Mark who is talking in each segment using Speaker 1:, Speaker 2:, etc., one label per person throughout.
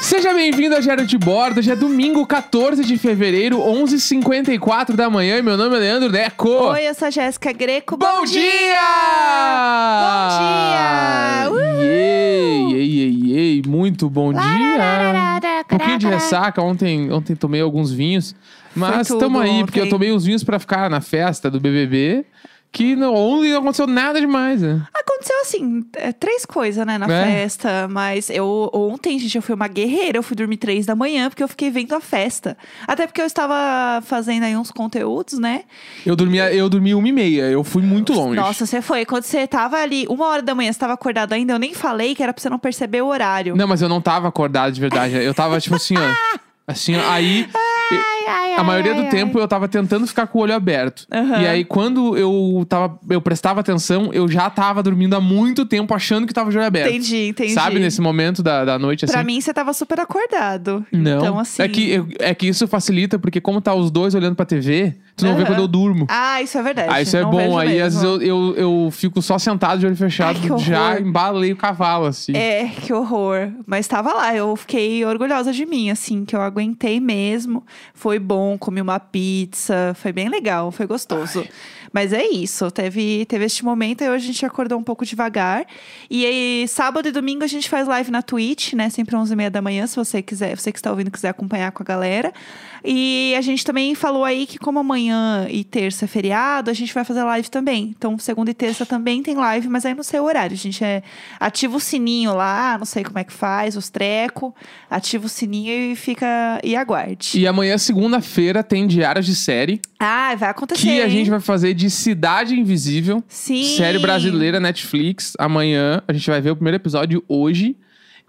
Speaker 1: Seja bem-vindo a Diário de Bordo. Já é domingo, 14 de fevereiro, 11h54 da manhã. E meu nome é Leandro Neco.
Speaker 2: Oi, eu sou a Jéssica Greco.
Speaker 1: Bom, dia!
Speaker 2: Bom dia! Uhul!
Speaker 1: Ei, ei, ei, ei, muito bom dia!
Speaker 2: Larararara,
Speaker 1: Um pouquinho de
Speaker 2: cararara.
Speaker 1: ressaca, ontem, ontem tomei alguns vinhos, mas
Speaker 2: tudo
Speaker 1: estamos aí, porque eu
Speaker 2: ontem.
Speaker 1: tomei uns vinhos pra ficar na festa do BBB, que não, ontem não aconteceu nada demais, né?
Speaker 2: Aconteceu assim, é, três coisas, né, na
Speaker 1: É.
Speaker 2: festa. Mas eu ontem, gente, eu fui uma guerreira, eu fui dormir três da manhã, porque eu fiquei vendo a festa. Até porque eu estava fazendo aí uns conteúdos, né?
Speaker 1: Eu dormi, eu dormi uma e meia, eu fui muito longe.
Speaker 2: Nossa, você foi. Quando você tava ali, uma hora da manhã, você tava acordado ainda, eu nem falei que era pra você não perceber o horário.
Speaker 1: Não, mas eu não tava acordado de verdade. Eu tava tipo assim, ó. Assim, ó, aí.
Speaker 2: Ai, ai,
Speaker 1: A
Speaker 2: ai,
Speaker 1: maioria
Speaker 2: ai,
Speaker 1: do
Speaker 2: ai.
Speaker 1: tempo eu tava tentando ficar com o olho aberto.
Speaker 2: Aham.
Speaker 1: E aí, quando eu tava, eu prestava atenção, eu já tava dormindo há muito tempo achando que tava de olho aberto.
Speaker 2: Entendi, entendi.
Speaker 1: é Sabe, nesse momento da, da noite, assim.
Speaker 2: Pra mim, você tava super acordado.
Speaker 1: Não.
Speaker 2: Então, assim.
Speaker 1: é, que, eu- é que isso facilita, porque como tá os dois olhando pra TV, tu não vê
Speaker 2: Aham.
Speaker 1: quando eu durmo.
Speaker 2: Ah, isso é verdade.
Speaker 1: Ah, isso é
Speaker 2: Não
Speaker 1: bom.
Speaker 2: vejo
Speaker 1: Aí
Speaker 2: mesmo.
Speaker 1: às vezes eu, eu, eu fico só sentado de olho fechado,
Speaker 2: Ai, que horror.
Speaker 1: já embalei o cavalo, assim.
Speaker 2: É, que horror. Mas tava lá, eu fiquei orgulhosa de mim, assim, que eu aguentei mesmo. Foi bom, comi uma pizza, foi bem legal, foi gostoso. Mas é isso, teve, teve este momento e hoje a gente acordou um pouco devagar. E aí, sábado e domingo a gente faz live na Twitch, né? Sempre 11h30 da manhã, se você quiser, você que está ouvindo quiser acompanhar com a galera. E a gente também falou aí que como amanhã e terça é feriado, a gente vai fazer live também. Então, segunda e terça também tem live, mas aí no seu horário. A gente é, ativa o sininho lá, não sei como é que faz, os treco, ativa o sininho e fica e aguarde.
Speaker 1: E amanhã, segunda-feira, tem diárias de série.
Speaker 2: Ah, vai acontecer.
Speaker 1: que a
Speaker 2: hein?
Speaker 1: gente vai fazer de Cidade Invisível,
Speaker 2: Sim.
Speaker 1: série brasileira Netflix. Amanhã a gente vai ver o primeiro episódio hoje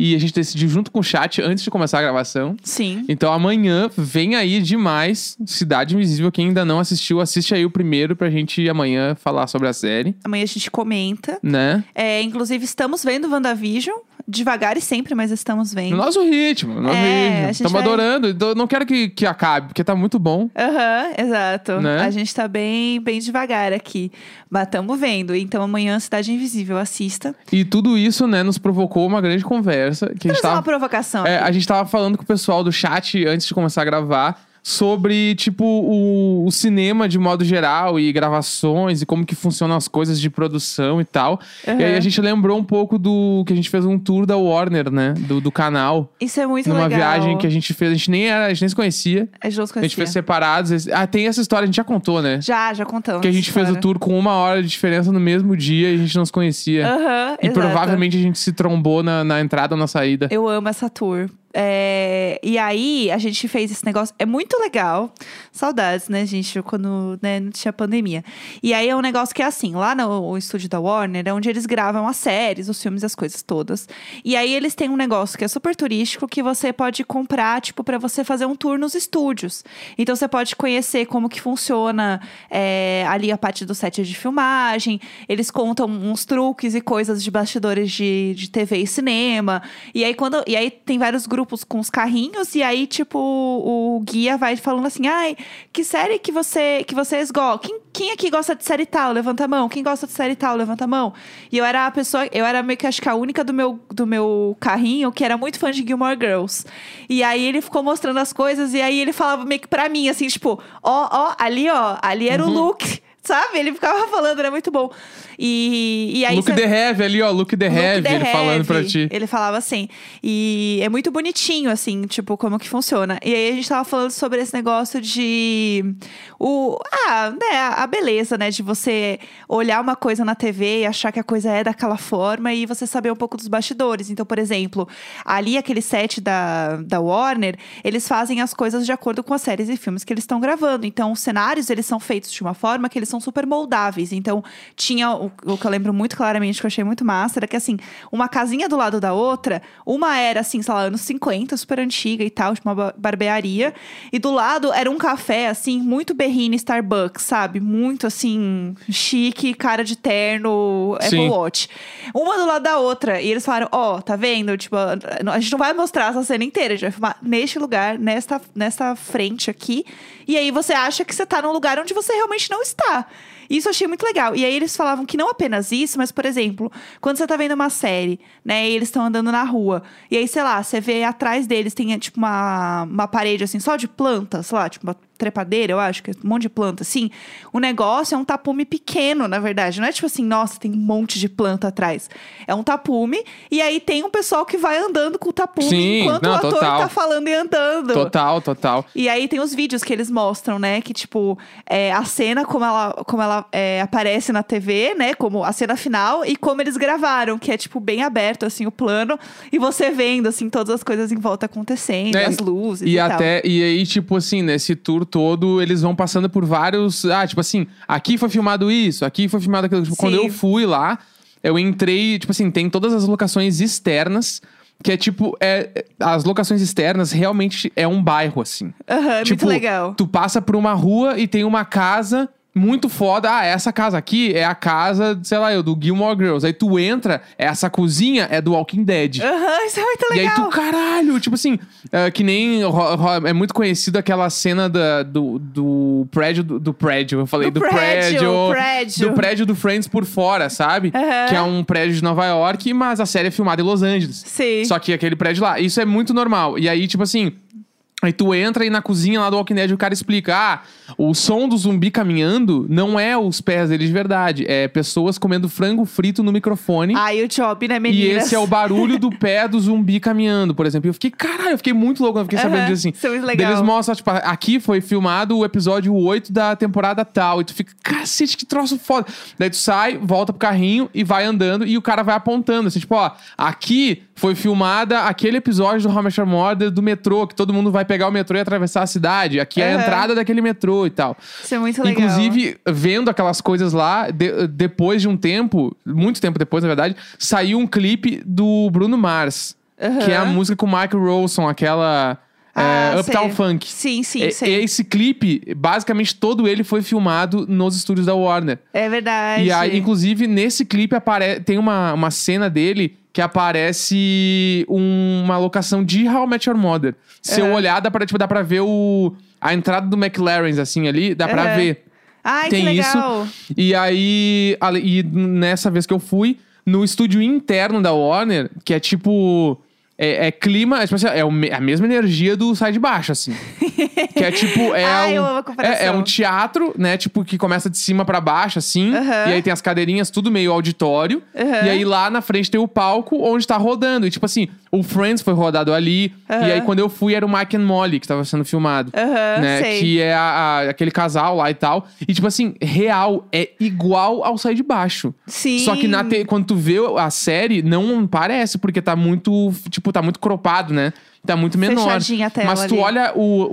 Speaker 1: e a gente decidiu junto com o chat antes de começar a gravação.
Speaker 2: Sim.
Speaker 1: Então amanhã vem aí demais Cidade Invisível. Quem ainda não assistiu, assiste aí o primeiro pra gente amanhã falar sobre a série,
Speaker 2: Amanhã a gente comenta.
Speaker 1: né?
Speaker 2: É, inclusive, estamos vendo WandaVision, devagar e sempre, mas estamos
Speaker 1: No
Speaker 2: vendo.
Speaker 1: nosso ritmo, no nosso
Speaker 2: É, a
Speaker 1: ritmo.
Speaker 2: gente
Speaker 1: Estamos
Speaker 2: vai-
Speaker 1: adorando. Então, Não quero que, que acabe, porque tá muito bom.
Speaker 2: Aham, exato.
Speaker 1: Né?
Speaker 2: A gente tá bem, bem devagar aqui. Mas estamos vendo. Então amanhã Cidade Invisível, assista.
Speaker 1: E tudo isso, né, nos provocou uma grande conversa. Que a gente
Speaker 2: Isso é
Speaker 1: tava
Speaker 2: uma provocação.
Speaker 1: É,
Speaker 2: aqui.
Speaker 1: a gente tava falando com o pessoal do chat antes de começar a gravar sobre, tipo, o, o cinema de modo geral e gravações e como que funcionam as coisas de produção e tal.
Speaker 2: Aham.
Speaker 1: E aí a gente lembrou um pouco do que a gente fez um tour da Warner, né? Do, do canal.
Speaker 2: Isso é muito
Speaker 1: numa
Speaker 2: legal. É
Speaker 1: viagem que a gente fez, a gente nem era, a gente nem se conhecia.
Speaker 2: A gente,
Speaker 1: A gente fez separados. Esse- Ah, tem essa história, a gente já contou, né?
Speaker 2: Já, já contamos.
Speaker 1: Que a gente fez o
Speaker 2: Claro.
Speaker 1: tour com uma hora de diferença no mesmo dia e a gente não se conhecia.
Speaker 2: Aham,
Speaker 1: né? e
Speaker 2: Ah, exato.
Speaker 1: provavelmente a gente se trombou na, na entrada ou na saída.
Speaker 2: Eu amo essa tour. É, e aí, a gente fez esse negócio. É muito legal. Saudades, né, gente? Quando né, não tinha pandemia. E aí é um negócio que é assim: lá no o estúdio da Warner é onde eles gravam as séries, os filmes, as coisas todas. E aí eles têm um negócio que é super turístico que você pode comprar, tipo, pra você fazer um tour nos estúdios. Então você pode conhecer como que funciona é, ali a parte do set de filmagem. Eles contam uns truques e coisas de bastidores de, de TV e cinema. E aí, quando, e aí tem vários grupos com os carrinhos, e aí, tipo, o guia vai falando assim: ai, que série que você que vocês gostam? Quem, quem aqui gosta de série tal? Levanta a mão. Quem gosta de série tal? Levanta a mão. E eu era a pessoa, eu era meio que acho que a única do meu, do meu carrinho que era muito fã de Gilmore Girls. E aí ele ficou mostrando as coisas, e aí ele falava meio que pra mim, assim, tipo, ó, ó, ali, ó, ali era o Luke. Sabe? Ele ficava falando, era muito bom. E, e aí.
Speaker 1: Look
Speaker 2: cê-
Speaker 1: the Heavy ali, ó. Look the
Speaker 2: Look
Speaker 1: Heavy,
Speaker 2: the
Speaker 1: ele falando pra
Speaker 2: Heavy.
Speaker 1: ti.
Speaker 2: Ele falava assim. E é muito bonitinho, assim, tipo, como que funciona. E aí a gente tava falando sobre esse negócio de. O, ah, né, a beleza, né? De você olhar uma coisa na TV e achar que a coisa é daquela forma e você saber um pouco dos bastidores. Então, por exemplo, ali aquele set da, da Warner, eles fazem as coisas de acordo com as séries e filmes que eles estão gravando. Então, os cenários, eles são feitos de uma forma que eles são super moldáveis. Então, tinha o, o que eu lembro muito claramente, que eu achei muito massa, era que assim, uma casinha do lado da outra, uma era assim, sei lá, anos 50, super antiga e tal, tipo uma ba- barbearia, e do lado era um café, assim, muito berrine Starbucks, sabe? Muito assim, chique, cara de terno, é Apple
Speaker 1: Sim.
Speaker 2: Watch. Uma do lado da outra, e eles falaram: Ó, tá vendo? Tipo, a a gente não vai mostrar essa cena inteira, a gente vai filmar neste lugar, nesta, nesta frente aqui, e aí você acha que você tá num lugar onde você realmente não está. Isso eu achei muito legal. E aí eles falavam que não apenas isso, mas, por exemplo, quando você tá vendo uma série, né, e eles estão andando na rua, e aí, sei lá, você vê atrás deles, tem, é, tipo, uma, uma parede, assim, só de plantas, sei lá, tipo, uma trepadeira, eu acho, que é um monte de planta, assim. O negócio é um tapume pequeno, na verdade. Não é tipo assim, nossa, tem um monte de planta atrás. É um tapume, e aí tem um pessoal que vai andando com o tapume
Speaker 1: Sim,
Speaker 2: enquanto
Speaker 1: não,
Speaker 2: o ator
Speaker 1: total.
Speaker 2: tá falando e andando.
Speaker 1: Total, total.
Speaker 2: E aí tem os vídeos que eles mostram, né? Que, tipo, é, a cena, como ela, como ela é, aparece na TV, né? Como a cena final e como eles gravaram, que é, tipo, bem aberto, assim, o plano. E você vendo, assim, todas as coisas em volta acontecendo,
Speaker 1: É,
Speaker 2: as luzes e,
Speaker 1: E
Speaker 2: tal.
Speaker 1: até, e aí, tipo assim, nesse tour todo, eles vão passando por vários. Ah, tipo assim, aqui foi filmado isso, aqui foi filmado aquilo. Tipo, quando
Speaker 2: Sim.
Speaker 1: eu fui lá, eu entrei, tipo assim, tem todas as locações externas, que é tipo, é, as locações externas realmente é um bairro, assim.
Speaker 2: Aham, é
Speaker 1: tipo,
Speaker 2: muito legal.
Speaker 1: Tu passa por uma rua e tem uma casa muito foda. Ah, essa casa aqui é a casa, sei lá, eu, do Gilmore Girls. Aí tu entra, essa cozinha é do Walking Dead.
Speaker 2: Aham, isso é muito
Speaker 1: E aí
Speaker 2: legal.
Speaker 1: tu, caralho, tipo assim, é, que nem ro- ro- é muito conhecida aquela cena da- do, do prédio do, do prédio. Eu falei do,
Speaker 2: Do prédio, prédio.
Speaker 1: Do prédio do Friends por fora, sabe?
Speaker 2: Aham.
Speaker 1: Que é um prédio de Nova York, mas a série é filmada em Los Angeles.
Speaker 2: Sim.
Speaker 1: Só que aquele prédio lá. Isso é muito normal. E aí, tipo assim. Aí tu entra e na cozinha lá do Walking Dead o cara explica: ah, o som do zumbi caminhando não é os pés dele de verdade, é pessoas comendo frango frito no microfone.
Speaker 2: Aí o job, né,
Speaker 1: E
Speaker 2: meninas?
Speaker 1: esse é o barulho do pé do zumbi caminhando, por exemplo. E eu fiquei, caralho, eu fiquei muito louco, eu fiquei sabendo
Speaker 2: Aham,
Speaker 1: disso assim.
Speaker 2: isso é muito
Speaker 1: Daí
Speaker 2: legal.
Speaker 1: Eles mostram, tipo, aqui foi filmado o episódio 8 da temporada tal. E tu fica, cacete, que troço foda. Daí tu sai, volta pro carrinho e vai andando e o cara vai apontando, assim, tipo, ó, aqui foi filmada aquele episódio do How I Met Your Mother do metrô, que todo mundo vai pegar o metrô e atravessar a cidade. Aqui é a
Speaker 2: Aham.
Speaker 1: entrada daquele metrô e tal.
Speaker 2: Isso é muito legal.
Speaker 1: Inclusive, vendo aquelas coisas lá, de- depois de um tempo, muito tempo depois, na verdade, saiu um clipe do Bruno Mars,
Speaker 2: Aham.
Speaker 1: que é a música com o Mark Ronson, aquela
Speaker 2: Ah,
Speaker 1: é,
Speaker 2: sei.
Speaker 1: Uptown Funk.
Speaker 2: Sim, sim,
Speaker 1: E-
Speaker 2: sei.
Speaker 1: Esse clipe, basicamente todo ele foi filmado nos estúdios da Warner.
Speaker 2: É verdade.
Speaker 1: E aí, inclusive, nesse clipe apare... tem uma, uma cena dele que aparece um- uma locação de How I Met Your Mother. Se eu
Speaker 2: Aham.
Speaker 1: olhar, dá pra, tipo, dá pra ver o... a entrada do McLaren, assim, ali, dá pra
Speaker 2: Aham.
Speaker 1: ver.
Speaker 2: Ai,
Speaker 1: tem
Speaker 2: que legal.
Speaker 1: isso. E aí, ale- e nessa vez que eu fui, no estúdio interno da Warner, que é tipo. É, é clima, é, tipo assim, é o me- a mesma energia do Sai de Baixo, assim. que é tipo. É
Speaker 2: Ai,
Speaker 1: um,
Speaker 2: eu amo a comparação.
Speaker 1: é, é um teatro, né? Tipo, que começa de cima pra baixo, assim.
Speaker 2: Aham.
Speaker 1: E aí tem as cadeirinhas, tudo meio auditório.
Speaker 2: Aham.
Speaker 1: E aí lá na frente tem o palco onde tá rodando. E tipo assim, o Friends foi rodado ali.
Speaker 2: Aham.
Speaker 1: E aí quando eu fui era o Mike and Molly que tava sendo filmado
Speaker 2: Aham,
Speaker 1: né?
Speaker 2: sei.
Speaker 1: Que é a- a- aquele casal lá e tal. E, tipo assim, real, é igual ao sair de baixo.
Speaker 2: Sim.
Speaker 1: Só que na te- quando tu vê a série, não parece, porque tá muito, tipo, tá muito cropado, né? Tá muito menor.
Speaker 2: Fechadinha a tela
Speaker 1: Mas tu
Speaker 2: ali.
Speaker 1: olha o,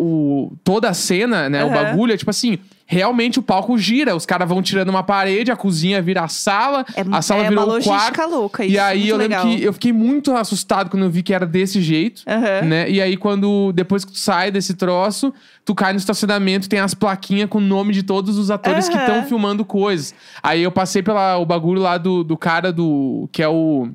Speaker 1: o- toda a cena, né? O
Speaker 2: Aham.
Speaker 1: bagulho, é tipo assim. Realmente o palco gira, os caras vão tirando uma parede, a cozinha vira a sala,
Speaker 2: É,
Speaker 1: a sala
Speaker 2: é
Speaker 1: vira
Speaker 2: uma
Speaker 1: o
Speaker 2: logística
Speaker 1: quarto.
Speaker 2: louca isso.
Speaker 1: E aí
Speaker 2: muito
Speaker 1: eu lembro
Speaker 2: legal.
Speaker 1: que eu fiquei muito assustado quando eu vi que era desse jeito,
Speaker 2: Aham.
Speaker 1: né? E aí quando depois que tu sai desse troço, tu cai no estacionamento, tem as plaquinhas com o nome de todos os atores que
Speaker 2: Aham.
Speaker 1: estão filmando coisas. Aí eu passei pela o bagulho lá do, do cara do que é o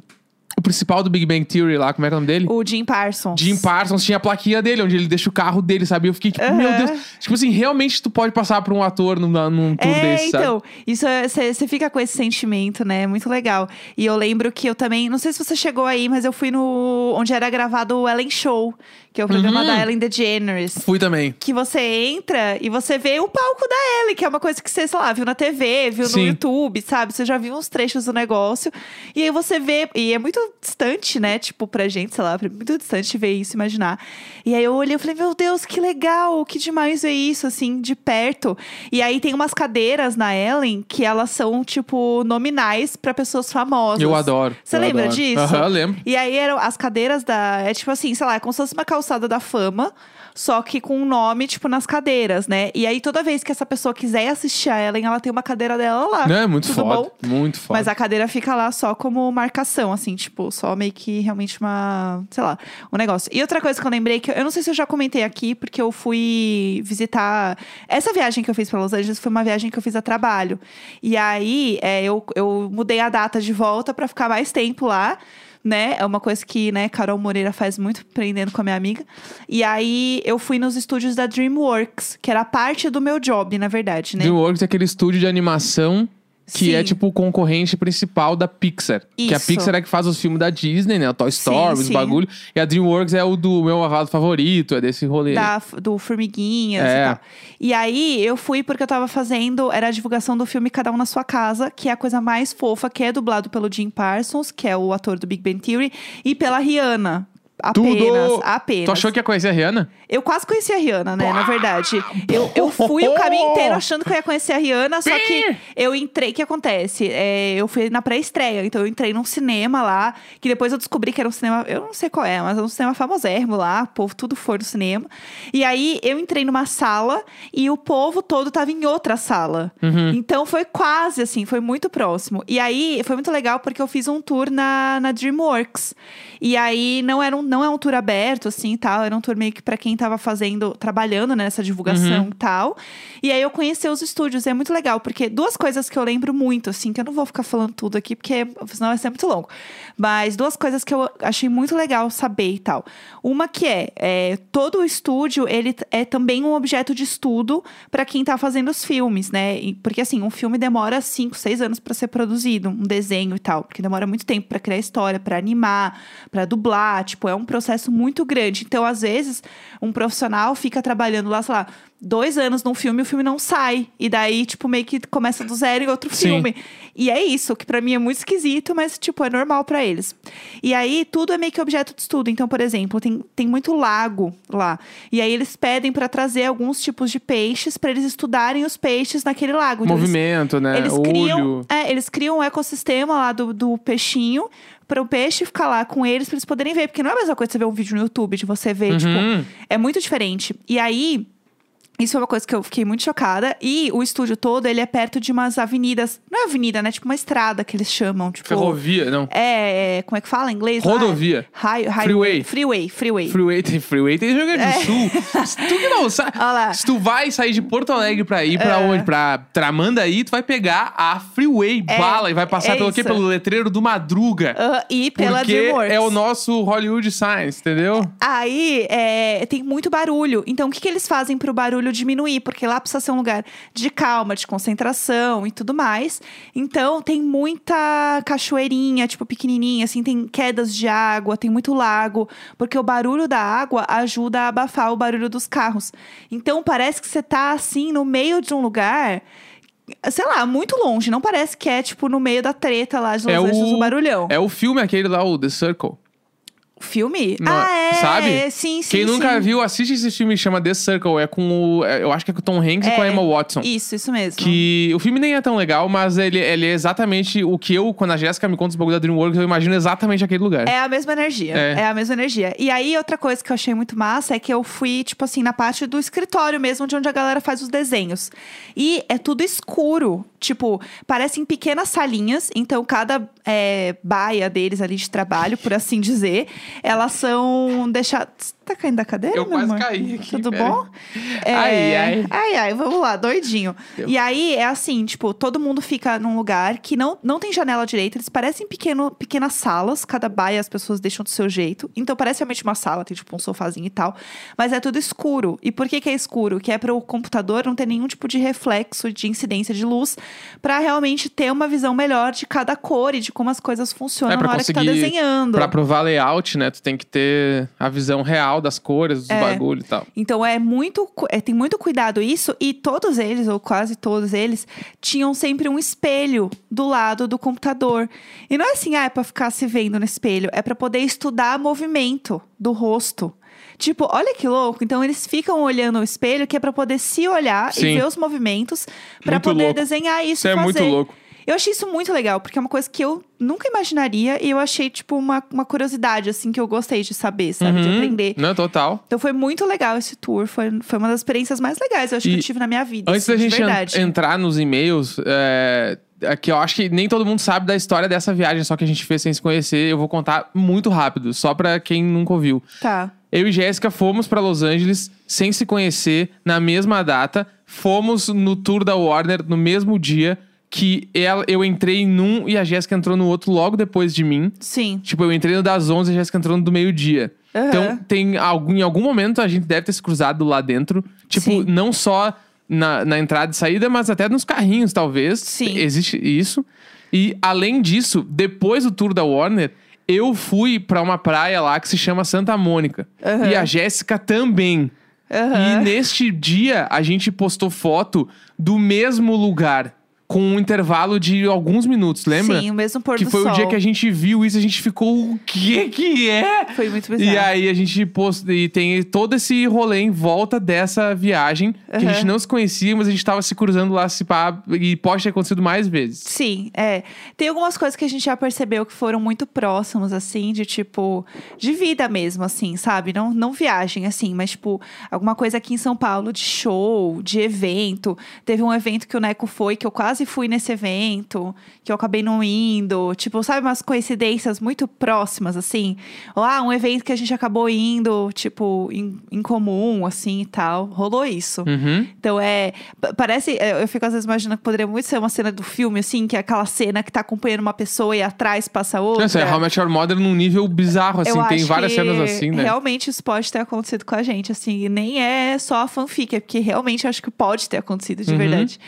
Speaker 1: o principal do Big Bang Theory lá, como é que é o nome dele?
Speaker 2: O Jim Parsons.
Speaker 1: Jim Parsons tinha a plaquinha dele, onde ele deixa o carro dele, sabe? Eu fiquei tipo,
Speaker 2: Aham.
Speaker 1: meu Deus. Tipo assim, realmente tu pode passar por um ator num, num tour
Speaker 2: é,
Speaker 1: desse, sabe?
Speaker 2: então, isso você fica com esse sentimento, né? É Muito legal. E eu lembro que eu também, não sei se você chegou aí, mas eu fui no onde era gravado o Ellen Show, que é o programa
Speaker 1: Uhum.
Speaker 2: da Ellen DeGeneres.
Speaker 1: Fui também.
Speaker 2: que você entra e você vê o palco da Ellie, que é uma coisa que você, sei lá, viu na TV, viu
Speaker 1: Sim.
Speaker 2: no YouTube, sabe? Você já viu uns trechos do negócio. E aí você vê, e é muito distante, né? Tipo, pra gente, sei lá, é muito distante ver isso, imaginar. E aí eu olhei e falei, meu Deus, que legal, que demais ver isso, assim, de perto. E aí tem umas cadeiras na Ellen que elas são, tipo, nominais pra pessoas famosas.
Speaker 1: Eu adoro.
Speaker 2: Você
Speaker 1: eu
Speaker 2: lembra
Speaker 1: adoro.
Speaker 2: disso?
Speaker 1: Aham, lembro.
Speaker 2: E aí eram as cadeiras da. É tipo assim, sei lá, é como se fosse uma calçada da fama, só que com um nome, tipo, nas cadeiras, né? E aí toda vez que essa pessoa quiser assistir a Ellen, ela tem uma cadeira dela lá.
Speaker 1: Não, é muito
Speaker 2: Tudo
Speaker 1: foda.
Speaker 2: bom?
Speaker 1: Muito foda.
Speaker 2: Mas a cadeira fica lá só como marcação, assim, tipo, só meio que realmente uma, sei lá, um negócio. E outra coisa que eu lembrei, que eu, eu não sei se eu já comentei aqui, porque eu fui visitar. Essa viagem que eu fiz pra Los Angeles foi uma viagem que eu fiz a trabalho. E aí é, eu, eu mudei a data de volta pra ficar mais tempo lá. né? É uma coisa que, né, Carol Moreira faz muito, aprendendo com a minha amiga. E aí eu fui nos estúdios da DreamWorks, que era parte do meu job, na verdade, né?
Speaker 1: DreamWorks é aquele estúdio de animação que é
Speaker 2: Sim.
Speaker 1: tipo o concorrente principal da Pixar. Que a
Speaker 2: Isso.
Speaker 1: Pixar é que faz os filmes da Disney, né? O Toy Story, os
Speaker 2: sim.
Speaker 1: bagulho. E a DreamWorks é o do meu avado favorito, é desse rolê.
Speaker 2: da, do Formiguinhas
Speaker 1: É.
Speaker 2: e tal. E aí eu fui porque eu tava fazendo, era a divulgação do filme Cada Um na Sua Casa, que é a coisa mais fofa, que é dublado pelo Jim Parsons, que é o ator do Big Bang Theory, e pela Rihanna. Apenas,
Speaker 1: Tudo!
Speaker 2: apenas.
Speaker 1: Tu achou que ia conhecer a Rihanna?
Speaker 2: Eu quase conheci a Rihanna, né? Na verdade. Eu, eu fui o caminho inteiro achando que eu ia conhecer a Rihanna, só que eu entrei. O que acontece? É, eu fui na pré-estreia, então eu entrei num cinema lá, que depois eu descobri que era um cinema. Eu não sei qual é, mas é um cinema famosérrimo lá, o povo tudo foi no cinema. E aí eu entrei numa sala e o povo todo tava em outra sala. Então foi quase assim, foi muito próximo. E aí foi muito legal porque eu fiz um tour na, na DreamWorks. E aí não era um, não é um tour aberto assim, tal, era um tour meio que pra quem tava fazendo, trabalhando né, nessa divulgação e tal. E aí eu conheci os estúdios, e é muito legal porque duas coisas que eu lembro muito assim, que eu não vou ficar falando tudo aqui porque senão vai ser muito longo. Mas duas coisas que eu achei muito legal saber e tal. Uma que é, é, todo o estúdio, ele t- é também um objeto de estudo para quem tá fazendo os filmes, né? E- Porque assim, um filme demora 5, 6 anos para ser produzido, um desenho e tal, porque demora muito tempo para criar história, para animar, para dublar, tipo, é um processo muito grande. Então, às vezes, um profissional fica trabalhando lá, sei lá, dois anos num filme e o filme não sai. E daí, tipo, meio que começa do zero em outro
Speaker 1: Sim.
Speaker 2: filme. E é isso, que pra mim é muito esquisito, mas, tipo, é normal pra eles. E aí, tudo é meio que objeto de estudo. Então, por exemplo, tem, tem muito lago lá. E aí, eles pedem pra trazer alguns tipos de peixes pra eles estudarem os peixes naquele lago. Então, eles-
Speaker 1: Movimento, né?
Speaker 2: eles
Speaker 1: Olho.
Speaker 2: criam, é, eles criam um ecossistema lá do, do peixinho para o peixe ficar lá com eles para eles poderem ver, porque não é a mesma coisa que você ver um vídeo no YouTube de você ver,
Speaker 1: Uhum.
Speaker 2: tipo, é muito diferente. E aí isso é uma coisa que eu fiquei muito chocada e o estúdio todo, ele é perto de umas avenidas, não é avenida, né, tipo uma estrada que eles chamam, tipo
Speaker 1: Ferrovia, não.
Speaker 2: é, é, como é que fala em inglês? lá?
Speaker 1: Rodovia.
Speaker 2: Hi- hi-
Speaker 1: Freeway.
Speaker 2: Freeway, freeway.
Speaker 1: Freeway tem freeway tem Rio Grande do Sul. Se tu que não sabe.
Speaker 2: É. Olha lá. É.
Speaker 1: Se tu vai sair de Porto Alegre pra ir pra onde? Pra Tramandaí, tu vai pegar a Freeway
Speaker 2: É,
Speaker 1: bala e vai passar
Speaker 2: é
Speaker 1: pelo quê?
Speaker 2: isso.
Speaker 1: Pelo letreiro do Madruga.
Speaker 2: Ah, e pela
Speaker 1: porque
Speaker 2: DreamWorks.
Speaker 1: é o nosso Hollywood Science, entendeu?
Speaker 2: Aí é, tem muito barulho. Então, o que, que eles fazem pro barulho diminuir? Porque lá precisa ser um lugar de calma, de concentração e tudo mais. Então, tem muita cachoeirinha, tipo, pequenininha, assim, tem quedas de água, tem muito lago. Porque o barulho da água ajuda a abafar o barulho dos carros. Então, parece que você tá, assim, no meio de um lugar. Sei lá, muito longe. Não parece que é, tipo, no meio da treta lá de Los
Speaker 1: É
Speaker 2: Angeles,
Speaker 1: o-
Speaker 2: o barulhão.
Speaker 1: É o filme aquele lá, o The Circle.
Speaker 2: O filme?
Speaker 1: Não,
Speaker 2: ah, é.
Speaker 1: sabe?
Speaker 2: Sim, sim,
Speaker 1: Quem nunca
Speaker 2: sim.
Speaker 1: viu, assiste esse filme chama The Circle. É com o. é, Eu acho que é com o Tom Hanks e com a
Speaker 2: É,
Speaker 1: Emma Watson.
Speaker 2: Isso, isso mesmo.
Speaker 1: Então, Que o filme nem é tão legal, mas ele, ele é exatamente o que eu, quando a Jéssica me conta os bagulho da Dreamworks, eu imagino exatamente aquele lugar.
Speaker 2: É a mesma energia.
Speaker 1: É.
Speaker 2: É. a mesma energia. E aí, outra coisa que eu achei muito massa é que eu fui, tipo assim, na parte do escritório mesmo, de onde a galera faz os desenhos. E é tudo escuro. Tipo, parecem pequenas salinhas. Então, cada é, baia deles ali de trabalho, por assim dizer, elas são deixadas. Tá caindo da cadeira,
Speaker 1: Eu
Speaker 2: meu
Speaker 1: quase
Speaker 2: amor?
Speaker 1: caí aqui,
Speaker 2: Tudo
Speaker 1: pera.
Speaker 2: bom?
Speaker 1: Ai, ai.
Speaker 2: É. Ai, ai, vamos lá, doidinho.
Speaker 1: Deu.
Speaker 2: E aí é assim, tipo, todo mundo fica num lugar que não, não tem janela direita, eles parecem pequeno, pequenas salas, cada baia as pessoas deixam do seu jeito. Então parece realmente uma sala, tem tipo um sofazinho e tal, mas é tudo escuro. E por que que é escuro? Que é para o computador não ter nenhum tipo de reflexo, de incidência de luz, pra realmente ter uma visão melhor de cada cor e de como as coisas funcionam
Speaker 1: É, pra
Speaker 2: na hora que tá
Speaker 1: conseguir-
Speaker 2: desenhando.
Speaker 1: Pra provar layout, né? Tu tem que ter a visão real das cores, dos
Speaker 2: É.
Speaker 1: bagulho e tal.
Speaker 2: Então é muito, cu- é, tem muito cuidado isso e todos eles ou quase todos eles tinham sempre um espelho do lado do computador. E não é assim, ah, é para ficar se vendo no espelho, é para poder estudar movimento do rosto. Tipo, olha que louco. Então eles ficam olhando o espelho que é para poder se olhar
Speaker 1: Sim.
Speaker 2: e ver os movimentos para
Speaker 1: Muito
Speaker 2: poder
Speaker 1: louco.
Speaker 2: desenhar isso
Speaker 1: Isso
Speaker 2: e
Speaker 1: é
Speaker 2: fazer.
Speaker 1: muito louco.
Speaker 2: Eu achei isso muito legal, porque é uma coisa que eu nunca imaginaria e eu achei, tipo, uma, uma curiosidade, assim, que eu gostei de saber, sabe? De
Speaker 1: Uhum.
Speaker 2: aprender.
Speaker 1: Não, total.
Speaker 2: Então foi muito legal esse tour. Foi, foi uma das experiências mais legais, eu acho
Speaker 1: E
Speaker 2: que eu tive na minha vida.
Speaker 1: Antes
Speaker 2: assim,
Speaker 1: da
Speaker 2: de
Speaker 1: gente en-
Speaker 2: verdade.
Speaker 1: entrar nos e-mails, é, aqui eu acho que nem todo mundo sabe da história dessa viagem, só que a gente fez sem se conhecer. Eu vou contar muito rápido, só pra quem nunca ouviu.
Speaker 2: Tá.
Speaker 1: Eu e Jéssica fomos pra Los Angeles sem se conhecer na mesma data. Fomos no tour da Warner no mesmo dia. que ela, eu entrei num e a Jéssica entrou no outro logo depois de mim.
Speaker 2: Sim.
Speaker 1: Tipo, eu entrei no das 11 e a Jéssica entrou no do meio-dia.
Speaker 2: Aham.
Speaker 1: Então, tem algum, em algum momento a gente deve ter se cruzado lá dentro. Tipo,
Speaker 2: Sim.
Speaker 1: não só na, na entrada e saída, mas até nos carrinhos, talvez.
Speaker 2: Sim.
Speaker 1: Existe isso. E, além disso, depois do tour da Warner, eu fui pra uma praia lá que se chama Santa Mônica.
Speaker 2: Aham.
Speaker 1: E a Jéssica também.
Speaker 2: Aham.
Speaker 1: E neste dia, a gente postou foto do mesmo lugar, com um intervalo de alguns minutos, lembra?
Speaker 2: Sim, o mesmo pôr
Speaker 1: Que
Speaker 2: do
Speaker 1: foi
Speaker 2: sol.
Speaker 1: o dia que a gente viu isso, a gente ficou, o que que é?
Speaker 2: Foi muito bizarro.
Speaker 1: E aí a gente postou, e tem todo esse rolê em volta dessa viagem, que a
Speaker 2: Aham.
Speaker 1: gente não se conhecia, mas a gente tava se cruzando lá, se pá, e pode ter acontecido mais vezes.
Speaker 2: Sim, é. Tem algumas coisas que a gente já percebeu que foram muito próximos, assim, de tipo, de vida mesmo, assim, sabe? Não, não viagem, assim, mas tipo, alguma coisa aqui em São Paulo de show, de evento. Teve um evento que o Neco foi, que eu quase fui nesse evento, que eu acabei não indo. Tipo, sabe, umas coincidências muito próximas, assim. Ou, ah, um evento que a gente acabou indo, tipo, em, em comum, assim e tal. Rolou isso.
Speaker 1: Uhum.
Speaker 2: Então é. pa- Parece. é, Eu fico às vezes imaginando que poderia muito ser uma cena do filme, assim, que é aquela cena que tá acompanhando uma pessoa e atrás passa outra.
Speaker 1: Nossa, é How I Met Your Mother num nível bizarro, assim,
Speaker 2: eu
Speaker 1: tem
Speaker 2: acho
Speaker 1: várias
Speaker 2: que
Speaker 1: cenas assim, né?
Speaker 2: Realmente isso pode ter acontecido com a gente, assim, e nem é só a fanfic, é porque realmente eu acho que pode ter acontecido de
Speaker 1: Uhum.
Speaker 2: verdade.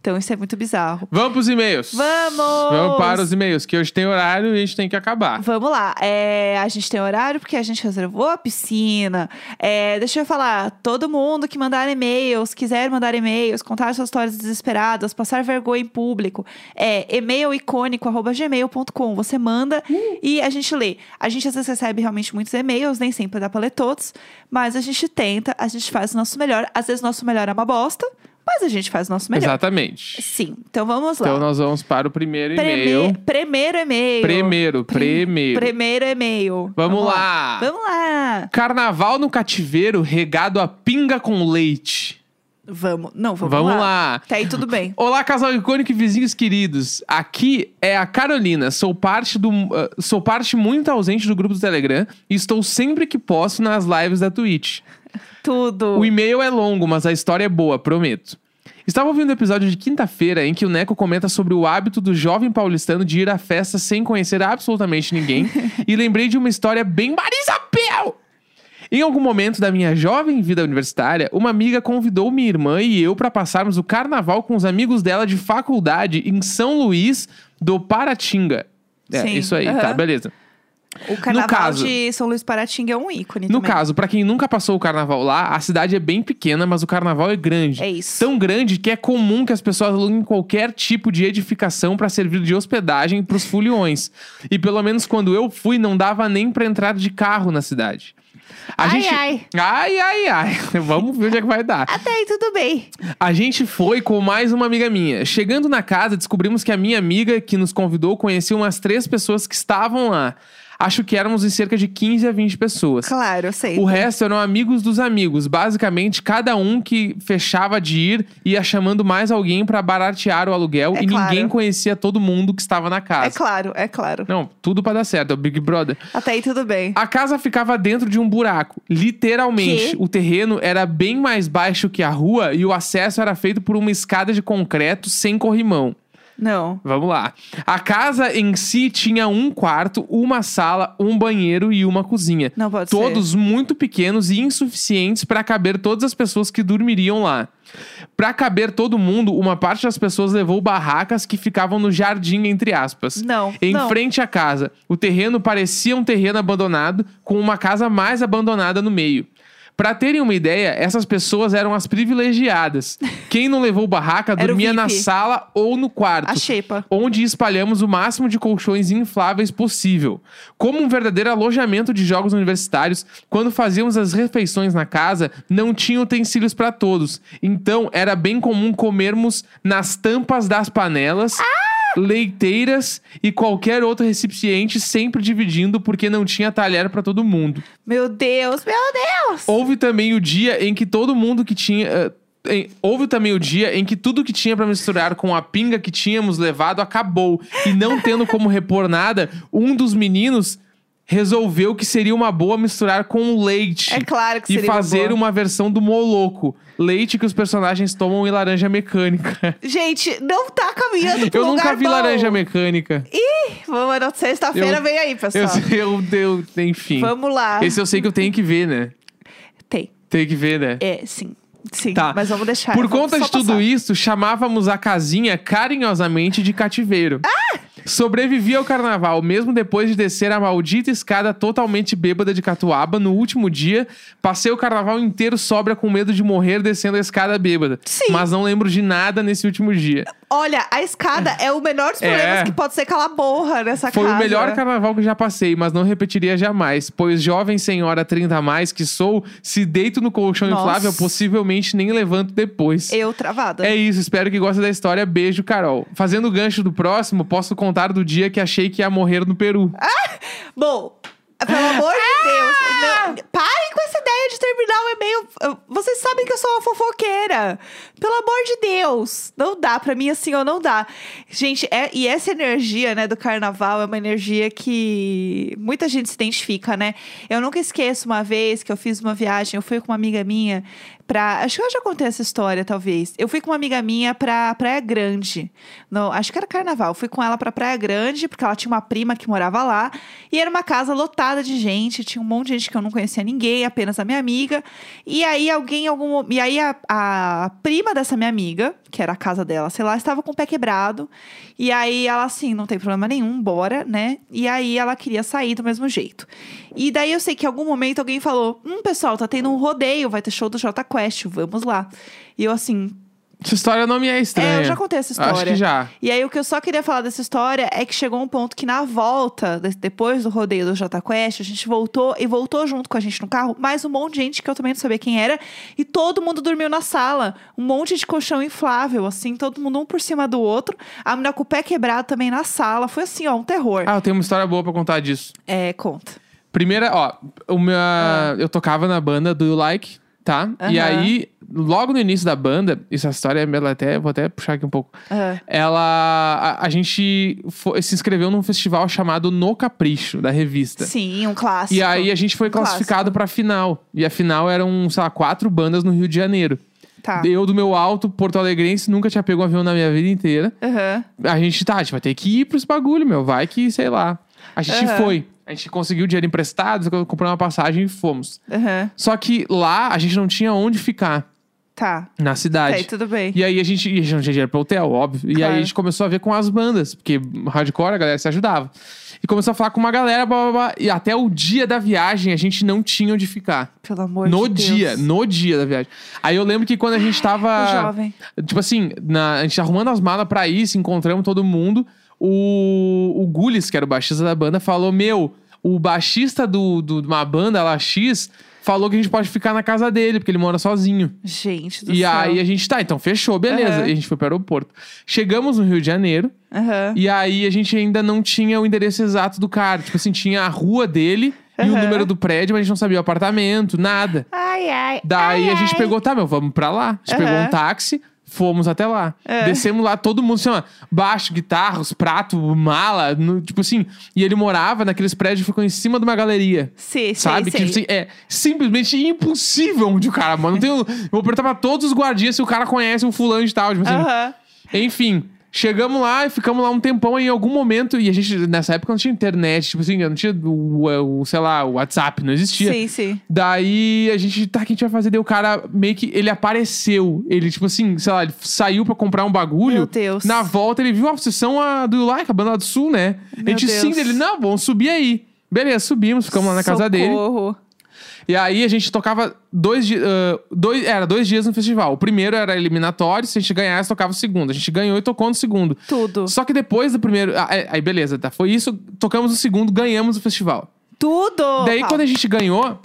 Speaker 2: Então isso é muito bizarro.
Speaker 1: Vamos pros e-mails.
Speaker 2: Vamos!
Speaker 1: Vamos para os e-mails, que hoje tem horário e a gente tem que acabar.
Speaker 2: Vamos lá. É, a gente tem horário porque a gente reservou a piscina. É, deixa eu falar, todo mundo que mandar e-mails, quiser mandar e-mails, contar suas histórias desesperadas, passar vergonha em público, é e-mailicônico.gmail.com. Você manda
Speaker 1: Hum.
Speaker 2: e a gente lê. A gente às vezes recebe realmente muitos e-mails, nem sempre dá pra ler todos, mas a gente tenta, a gente faz o nosso melhor. Às vezes o nosso melhor é uma bosta, mas a gente faz o nosso melhor.
Speaker 1: Exatamente.
Speaker 2: Sim, então vamos lá.
Speaker 1: Então nós vamos para o primeiro
Speaker 2: Preme-
Speaker 1: e-mail.
Speaker 2: Primeiro e-mail.
Speaker 1: Primeiro, primeiro.
Speaker 2: Primeiro e-mail.
Speaker 1: Vamos lá.
Speaker 2: Vamos lá.
Speaker 1: Carnaval no cativeiro regado a pinga com leite.
Speaker 2: Vamos. Não, vamos,
Speaker 1: Vamos
Speaker 2: lá.
Speaker 1: lá.
Speaker 2: Tá aí tudo bem.
Speaker 1: Olá, casal icônico e vizinhos queridos. Aqui é a Carolina. Sou parte do ah, sou parte muito ausente do grupo do Telegram e estou sempre que posso nas lives da Twitch.
Speaker 2: Tudo.
Speaker 1: O e-mail é longo, mas a história é boa, prometo. Estava ouvindo o episódio de quinta-feira em que o Neco comenta sobre o hábito do jovem paulistano de ir à festa sem conhecer absolutamente ninguém e lembrei de uma história bem Marisabel. Em algum momento da minha jovem vida universitária, uma amiga convidou minha irmã e eu para passarmos o carnaval com os amigos dela de faculdade em São Luís do Paratinga. É,
Speaker 2: Sim,
Speaker 1: isso aí,
Speaker 2: aham.
Speaker 1: tá, beleza.
Speaker 2: O carnaval
Speaker 1: caso-
Speaker 2: de São Luís Paratinga é um ícone
Speaker 1: No
Speaker 2: também.
Speaker 1: caso, pra quem nunca passou o carnaval lá, a cidade é bem pequena, mas o carnaval é grande.
Speaker 2: É isso.
Speaker 1: Tão grande que é comum que as pessoas aluguem qualquer tipo de edificação pra servir de hospedagem pros foliões. E pelo menos quando eu fui, não dava nem pra entrar de carro na cidade. A
Speaker 2: Ai,
Speaker 1: gente...
Speaker 2: ai.
Speaker 1: Ai, ai, ai. Vamos ver onde é que vai dar.
Speaker 2: Até aí tudo bem.
Speaker 1: A gente foi com mais uma amiga minha. Chegando na casa, descobrimos que a minha amiga que nos convidou conhecia umas três pessoas que estavam lá. Acho que éramos em cerca de 15 a 20 pessoas.
Speaker 2: Claro, eu sei.
Speaker 1: O resto eram amigos dos amigos. Basicamente, cada um que fechava de ir ia chamando mais alguém pra baratear o aluguel
Speaker 2: É
Speaker 1: e
Speaker 2: claro.
Speaker 1: ninguém conhecia todo mundo que estava na
Speaker 2: É
Speaker 1: casa.
Speaker 2: claro, é claro.
Speaker 1: Não, tudo pra dar certo, é o Big Brother.
Speaker 2: Até aí tudo bem.
Speaker 1: A casa ficava dentro de um buraco, literalmente.
Speaker 2: Que?
Speaker 1: O terreno era bem mais baixo que a rua e o acesso era feito por uma escada de concreto sem corrimão.
Speaker 2: Não.
Speaker 1: Vamos lá. A casa em si tinha um quarto, uma sala, um banheiro e uma cozinha.
Speaker 2: Não pode ser.
Speaker 1: Todos muito pequenos e insuficientes para caber todas as pessoas que dormiriam lá. Para caber todo mundo, uma parte das pessoas levou barracas que ficavam no jardim, entre aspas.
Speaker 2: Não,
Speaker 1: Em
Speaker 2: não.
Speaker 1: frente à casa. O terreno parecia um terreno abandonado, com uma casa mais abandonada no meio. Pra terem uma ideia, essas pessoas eram as privilegiadas. Quem não levou barraca
Speaker 2: Era o
Speaker 1: dormia na
Speaker 2: VIP.
Speaker 1: sala ou no quarto
Speaker 2: A xepa.
Speaker 1: onde espalhamos o máximo de colchões infláveis possível. Como um verdadeiro alojamento de jogos universitários, quando fazíamos as refeições na casa, não tinha utensílios para todos. Então, era bem comum comermos nas tampas das panelas. Leiteiras e qualquer outro recipiente sempre dividindo porque não tinha talher para todo mundo.
Speaker 2: Meu Deus, meu Deus!
Speaker 1: Houve também o dia em que todo mundo que tinha. eh, em- houve também o dia em que tudo que tinha pra misturar com a pinga que tínhamos levado acabou. E não tendo como repor nada, um dos meninos resolveu que seria uma boa misturar com o leite.
Speaker 2: É claro que
Speaker 1: e
Speaker 2: seria
Speaker 1: fazer um-
Speaker 2: boa.
Speaker 1: uma versão do Moloco. Leite que os personagens tomam em laranja mecânica.
Speaker 2: Gente, não tá caminhando pro
Speaker 1: Eu
Speaker 2: lugar
Speaker 1: nunca vi
Speaker 2: bom.
Speaker 1: laranja mecânica.
Speaker 2: Vamos, era sexta-feira,
Speaker 1: Eu-
Speaker 2: vem aí, pessoal.
Speaker 1: Eu, eu, eu, enfim.
Speaker 2: Vamos lá.
Speaker 1: Esse eu sei que eu tenho que ver, né?
Speaker 2: Tem.
Speaker 1: Tenho que ver, né?
Speaker 2: É, sim. Sim,
Speaker 1: Tá.
Speaker 2: mas vamos deixar.
Speaker 1: Por
Speaker 2: vamos
Speaker 1: conta
Speaker 2: só
Speaker 1: de tudo
Speaker 2: passar.
Speaker 1: isso, chamávamos a casinha carinhosamente de cativeiro.
Speaker 2: Ah!
Speaker 1: Sobrevivi ao carnaval, mesmo depois de descer a maldita escada totalmente bêbada de Catuaba no último dia. Passei o carnaval inteiro sobra com medo de morrer descendo a escada bêbada.
Speaker 2: Sim.
Speaker 1: Mas não lembro de nada nesse último dia.
Speaker 2: Olha, a escada é o menor dos problemas
Speaker 1: É.
Speaker 2: que pode ser aquela borra nessa
Speaker 1: Foi
Speaker 2: casa.
Speaker 1: o melhor carnaval que já passei, mas não repetiria jamais, pois jovem senhora 30 a mais que sou, se deito no colchão
Speaker 2: Nossa.
Speaker 1: inflável, possivelmente nem levanto depois.
Speaker 2: Eu travada.
Speaker 1: É isso, espero que goste da história. Beijo, Carol. Fazendo o gancho do próximo, posso contar do dia que achei que ia morrer no Peru.
Speaker 2: Bom, pelo amor
Speaker 1: Ah!
Speaker 2: de Deus, não- parem com essa ideia de terminar o e-mail. Eu- Vocês sabem que eu sou uma fofoqueira. Pelo amor de Deus, não dá pra mim assim, ou não dá. Gente, é- e essa energia, né, do carnaval é uma energia que muita gente se identifica, né? Eu nunca esqueço uma vez que eu fiz uma viagem, eu fui com uma amiga minha pra. Acho que eu já contei essa história, talvez. Eu fui com uma amiga minha pra Praia Grande. No, acho que era carnaval. Eu fui com ela pra Praia Grande, porque ela tinha uma prima que morava lá. E era uma casa lotada de gente, tinha um monte de gente que eu não conhecia ninguém, apenas a minha amiga. E aí alguém, em algum. mo- E aí a, a prima dessa minha amiga, que era a casa dela, sei lá, estava com o pé quebrado. E aí ela assim, não tem problema nenhum, bora, né? E aí ela queria sair do mesmo jeito. E daí eu sei que em algum momento alguém falou: Hum, pessoal, tá tendo um rodeio, vai ter show do Jota Quest, vamos lá. E eu assim,
Speaker 1: Essa história não me é estranha.
Speaker 2: é, eu já contei essa história.
Speaker 1: Acho que já.
Speaker 2: E aí, o que eu só queria falar dessa história é que chegou um ponto que, na volta, de- depois do rodeio do Jota Quest, a gente voltou e voltou junto com a gente no carro, mais um monte de gente que eu também não sabia quem era, e todo mundo dormiu na sala. Um monte de colchão inflável, assim, todo mundo um por cima do outro. A menina com o pé quebrado também na sala. Foi assim, ó, um terror.
Speaker 1: Ah, eu tenho uma história boa pra contar disso.
Speaker 2: É, conta.
Speaker 1: Primeira, ó, o meu- eu tocava na banda do You Like, tá? E
Speaker 2: Ah. Aham.
Speaker 1: aí, logo no início da banda, essa história é ela até, vou até puxar aqui um pouco.
Speaker 2: Ah,
Speaker 1: Ela. A, a gente fo- se inscreveu num festival chamado No Capricho, da revista.
Speaker 2: sim, um clássico.
Speaker 1: E aí a gente foi
Speaker 2: Um clássico.
Speaker 1: classificado pra final. E a final eram, sei lá, quatro bandas no Rio de Janeiro.
Speaker 2: Tá.
Speaker 1: Eu, do meu alto, Porto Alegrense, nunca tinha pego um avião na minha vida inteira.
Speaker 2: Aham.
Speaker 1: A gente tá, a gente vai ter que ir pros bagulho, meu. Vai que, sei lá. A gente
Speaker 2: Aham.
Speaker 1: foi. A gente conseguiu dinheiro emprestado, comprou uma passagem e fomos.
Speaker 2: Aham.
Speaker 1: Só que lá a gente não tinha onde ficar
Speaker 2: Tá.
Speaker 1: na
Speaker 2: Tá,
Speaker 1: cidade.
Speaker 2: e tudo bem.
Speaker 1: E aí a gente, e a gente não tinha dinheiro pra hotel, óbvio. E
Speaker 2: Claro.
Speaker 1: aí a gente começou a ver com as bandas, porque hardcore a galera se ajudava. E começou a falar com uma galera, blá, blá, blá. E até o dia da viagem a gente não tinha onde ficar.
Speaker 2: Pelo amor
Speaker 1: no
Speaker 2: de Deus.
Speaker 1: dia, no dia da viagem. Aí eu lembro que quando a gente tava.
Speaker 2: O jovem.
Speaker 1: Tipo assim, na- a gente arrumando as malas pra ir, se encontramos todo mundo. O, o Gullis, que era o baixista da banda, falou: Meu, o baixista do, do- de uma banda lá X falou que a gente pode ficar na casa dele, porque ele mora sozinho.
Speaker 2: Gente do
Speaker 1: E
Speaker 2: céu.
Speaker 1: aí a gente tá, então fechou, beleza.
Speaker 2: Aham.
Speaker 1: E a gente foi pro aeroporto. Chegamos no Rio de Janeiro
Speaker 2: Aham.
Speaker 1: e aí a gente ainda não tinha o endereço exato do cara. Tipo assim, tinha a rua dele e o
Speaker 2: Aham.
Speaker 1: número do prédio, mas a gente não sabia o apartamento, nada.
Speaker 2: Ai, ai.
Speaker 1: Daí
Speaker 2: ai,
Speaker 1: a gente
Speaker 2: ai.
Speaker 1: pegou, tá, meu, vamos pra lá. A gente
Speaker 2: Aham.
Speaker 1: pegou um táxi, fomos até lá.
Speaker 2: É.
Speaker 1: Descemos lá, todo mundo, assim, ó, baixo, guitarros, prato, mala, no- tipo assim. E ele morava naqueles prédios que ficam em cima de uma galeria.
Speaker 2: Sim,
Speaker 1: Sabe?
Speaker 2: Sei,
Speaker 1: Que
Speaker 2: sei.
Speaker 1: assim, é simplesmente impossível onde o cara mora. Não tem, eu vou perguntar pra todos os guardinhas se o cara conhece um fulano de tal. Tipo assim.
Speaker 2: Aham.
Speaker 1: Enfim, chegamos lá e ficamos lá um tempão aí, em algum momento. E a gente, nessa época, não tinha internet. Tipo assim, eu não tinha o, o- sei lá, o WhatsApp, não existia.
Speaker 2: Sim, sim.
Speaker 1: Daí a gente, tá, o que a gente vai fazer? Daí o cara meio que, ele apareceu. Ele, tipo assim, sei lá, ele saiu pra comprar um bagulho.
Speaker 2: Meu Deus.
Speaker 1: Na volta ele viu a sessão a, do Like, a banda lá do Sul, né? a
Speaker 2: Meu
Speaker 1: gente
Speaker 2: Deus.
Speaker 1: sim, ele, não, vamos subir aí. Beleza, subimos, ficamos lá na casa dele.
Speaker 2: Socorro.
Speaker 1: E aí a gente tocava dois, di- ah, dois era dois dias no festival. O primeiro era eliminatório, se a gente ganhasse, tocava o segundo. A gente ganhou e tocou no segundo.
Speaker 2: Tudo.
Speaker 1: Só que depois do primeiro, ah, é- aí beleza, tá, foi isso, tocamos o segundo, ganhamos o festival.
Speaker 2: Tudo.
Speaker 1: Daí
Speaker 2: Paulo.
Speaker 1: quando a gente ganhou,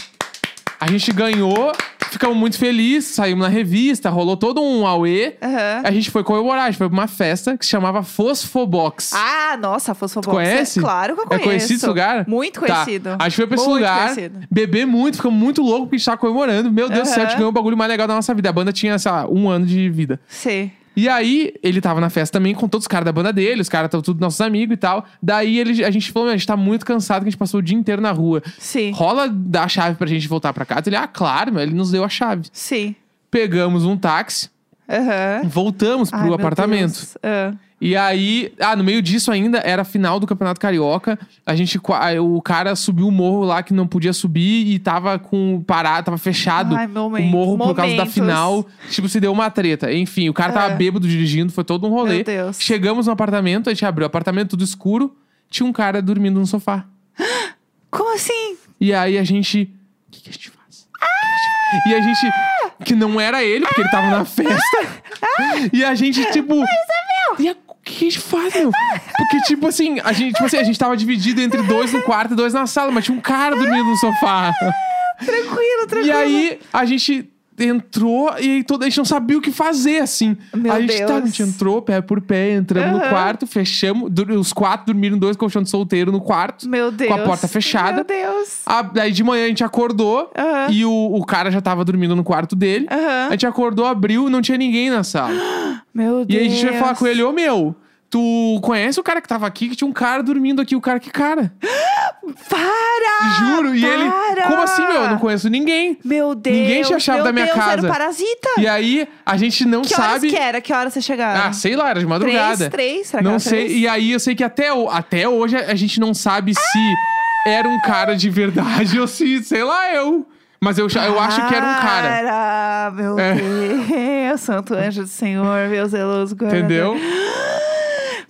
Speaker 1: a gente ganhou, ficamos muito felizes, saímos na revista, rolou todo um auê.
Speaker 2: Aham.
Speaker 1: A gente foi comemorar, a gente foi pra uma festa que se chamava Fosfobox.
Speaker 2: Ah, nossa, Fosfobox.
Speaker 1: Conhece?
Speaker 2: Claro que eu conheço.
Speaker 1: É conhecido esse lugar?
Speaker 2: Muito
Speaker 1: Tá.
Speaker 2: conhecido.
Speaker 1: A gente foi pra esse
Speaker 2: Muito
Speaker 1: lugar,
Speaker 2: conhecido.
Speaker 1: beber muito, ficou muito louco porque a gente tava comemorando. tá Meu Deus do céu, a gente
Speaker 2: Aham.
Speaker 1: ganhou o bagulho mais legal da nossa vida. A banda tinha, sei lá, um ano um de vida.
Speaker 2: Sim.
Speaker 1: E aí, ele tava na festa também com todos os caras da banda dele, os caras estavam todos nossos amigos e tal. Daí ele, a gente falou, "Meu, a gente tá muito cansado que a gente passou o dia inteiro na rua.
Speaker 2: Sim.
Speaker 1: Rola dar a chave pra gente voltar pra casa? Ele, ah, claro, meu. ele nos deu a chave.
Speaker 2: Sim.
Speaker 1: Pegamos um táxi,
Speaker 2: Aham.
Speaker 1: voltamos
Speaker 2: Ai,
Speaker 1: pro
Speaker 2: meu
Speaker 1: apartamento.
Speaker 2: Deus. Ah.
Speaker 1: E aí, ah, no meio disso ainda, era a final do Campeonato Carioca. A gente, qua- ah, o cara subiu o morro lá que não podia subir e tava com parado, tava fechado
Speaker 2: Ai,
Speaker 1: o
Speaker 2: momento-
Speaker 1: morro por causa da
Speaker 2: momentos.
Speaker 1: final. Tipo, se deu uma treta. Enfim, o cara tava
Speaker 2: É.
Speaker 1: bêbado dirigindo, foi todo um rolê.
Speaker 2: Meu Deus.
Speaker 1: Chegamos no apartamento, a gente abriu o apartamento, tudo escuro. Tinha um cara dormindo no sofá.
Speaker 2: Como assim?
Speaker 1: E aí a gente. O que, que a gente faz? O que que a gente faz? E a gente. Que não era ele, porque ele tava na festa. E a gente, tipo.
Speaker 2: Ah, é
Speaker 1: E a- o que a gente faz, meu? Porque, tipo assim, a gente, tipo assim, a gente tava dividido entre dois no quarto e dois na sala, mas tinha um cara dormindo no sofá.
Speaker 2: Tranquilo, tranquilo.
Speaker 1: E aí a gente entrou e aí toda, a gente não sabia o que fazer, assim.
Speaker 2: Meu
Speaker 1: a gente tá, a
Speaker 2: Deus.
Speaker 1: gente entrou pé por pé, entramos no
Speaker 2: Aham.
Speaker 1: quarto, fechamos. dur- Os quatro dormiram dois colchão de solteiro no quarto.
Speaker 2: Meu Deus.
Speaker 1: porta fechada.
Speaker 2: Meu Deus.
Speaker 1: A- Daí de manhã a gente acordou
Speaker 2: Aham.
Speaker 1: e o, o cara já tava dormindo no quarto dele.
Speaker 2: Aham.
Speaker 1: A gente acordou, abriu e não tinha ninguém na sala.
Speaker 2: Meu Deus.
Speaker 1: E aí a gente vai falar com ele, ô meu, tu conhece o cara que tava aqui? Que tinha um cara dormindo aqui, o cara que cara.
Speaker 2: Para!
Speaker 1: Juro. E ele,
Speaker 2: Ah, para!
Speaker 1: como assim, meu? Eu não conheço ninguém.
Speaker 2: Meu Deus.
Speaker 1: Ninguém tinha chave
Speaker 2: meu
Speaker 1: da minha
Speaker 2: Deus, Era
Speaker 1: casa.
Speaker 2: o parasita.
Speaker 1: E aí a gente não
Speaker 2: que horas
Speaker 1: sabe.
Speaker 2: que era? Que horas você chegava?
Speaker 1: Ah, sei lá, era de madrugada.
Speaker 2: Três, três? Será que
Speaker 1: Não
Speaker 2: era
Speaker 1: sei.
Speaker 2: três?
Speaker 1: E aí eu sei que até, o- até hoje a a gente não sabe se
Speaker 2: Ah!
Speaker 1: era um cara de verdade ou se, sei lá, eu. Mas eu, cha- eu acho que era um
Speaker 2: Ah,
Speaker 1: cara.
Speaker 2: Cara, meu
Speaker 1: É.
Speaker 2: Deus, santo anjo do senhor, meu zeloso guardador.
Speaker 1: Entendeu?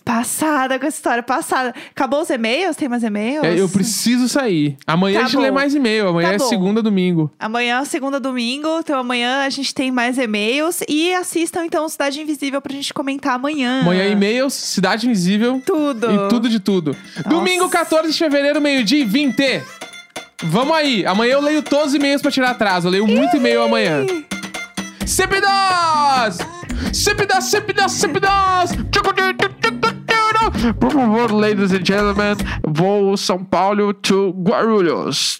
Speaker 2: Passada com essa história, passada. Acabou os e-mails? Tem mais e-mails?
Speaker 1: É, eu preciso sair. Amanhã
Speaker 2: Tá
Speaker 1: a gente
Speaker 2: bom.
Speaker 1: lê mais e-mail. Amanhã
Speaker 2: Tá
Speaker 1: é
Speaker 2: bom.
Speaker 1: segunda, domingo.
Speaker 2: Amanhã, segunda, domingo. Então amanhã a gente tem mais e-mails. E assistam então Cidade Invisível pra gente comentar amanhã.
Speaker 1: Amanhã e-mails, Cidade Invisível
Speaker 2: Ah. Tudo.
Speaker 1: e tudo de tudo. Domingo, 14 de fevereiro, meio-dia e 20. Vamos aí. Amanhã eu leio todos os e-mails pra tirar atraso. Eu leio muito e-mail amanhã. Sempre nós! Sempre nós, sempre nós, sempre nós! Por favor, ladies and gentlemen, voo São Paulo to Guarulhos.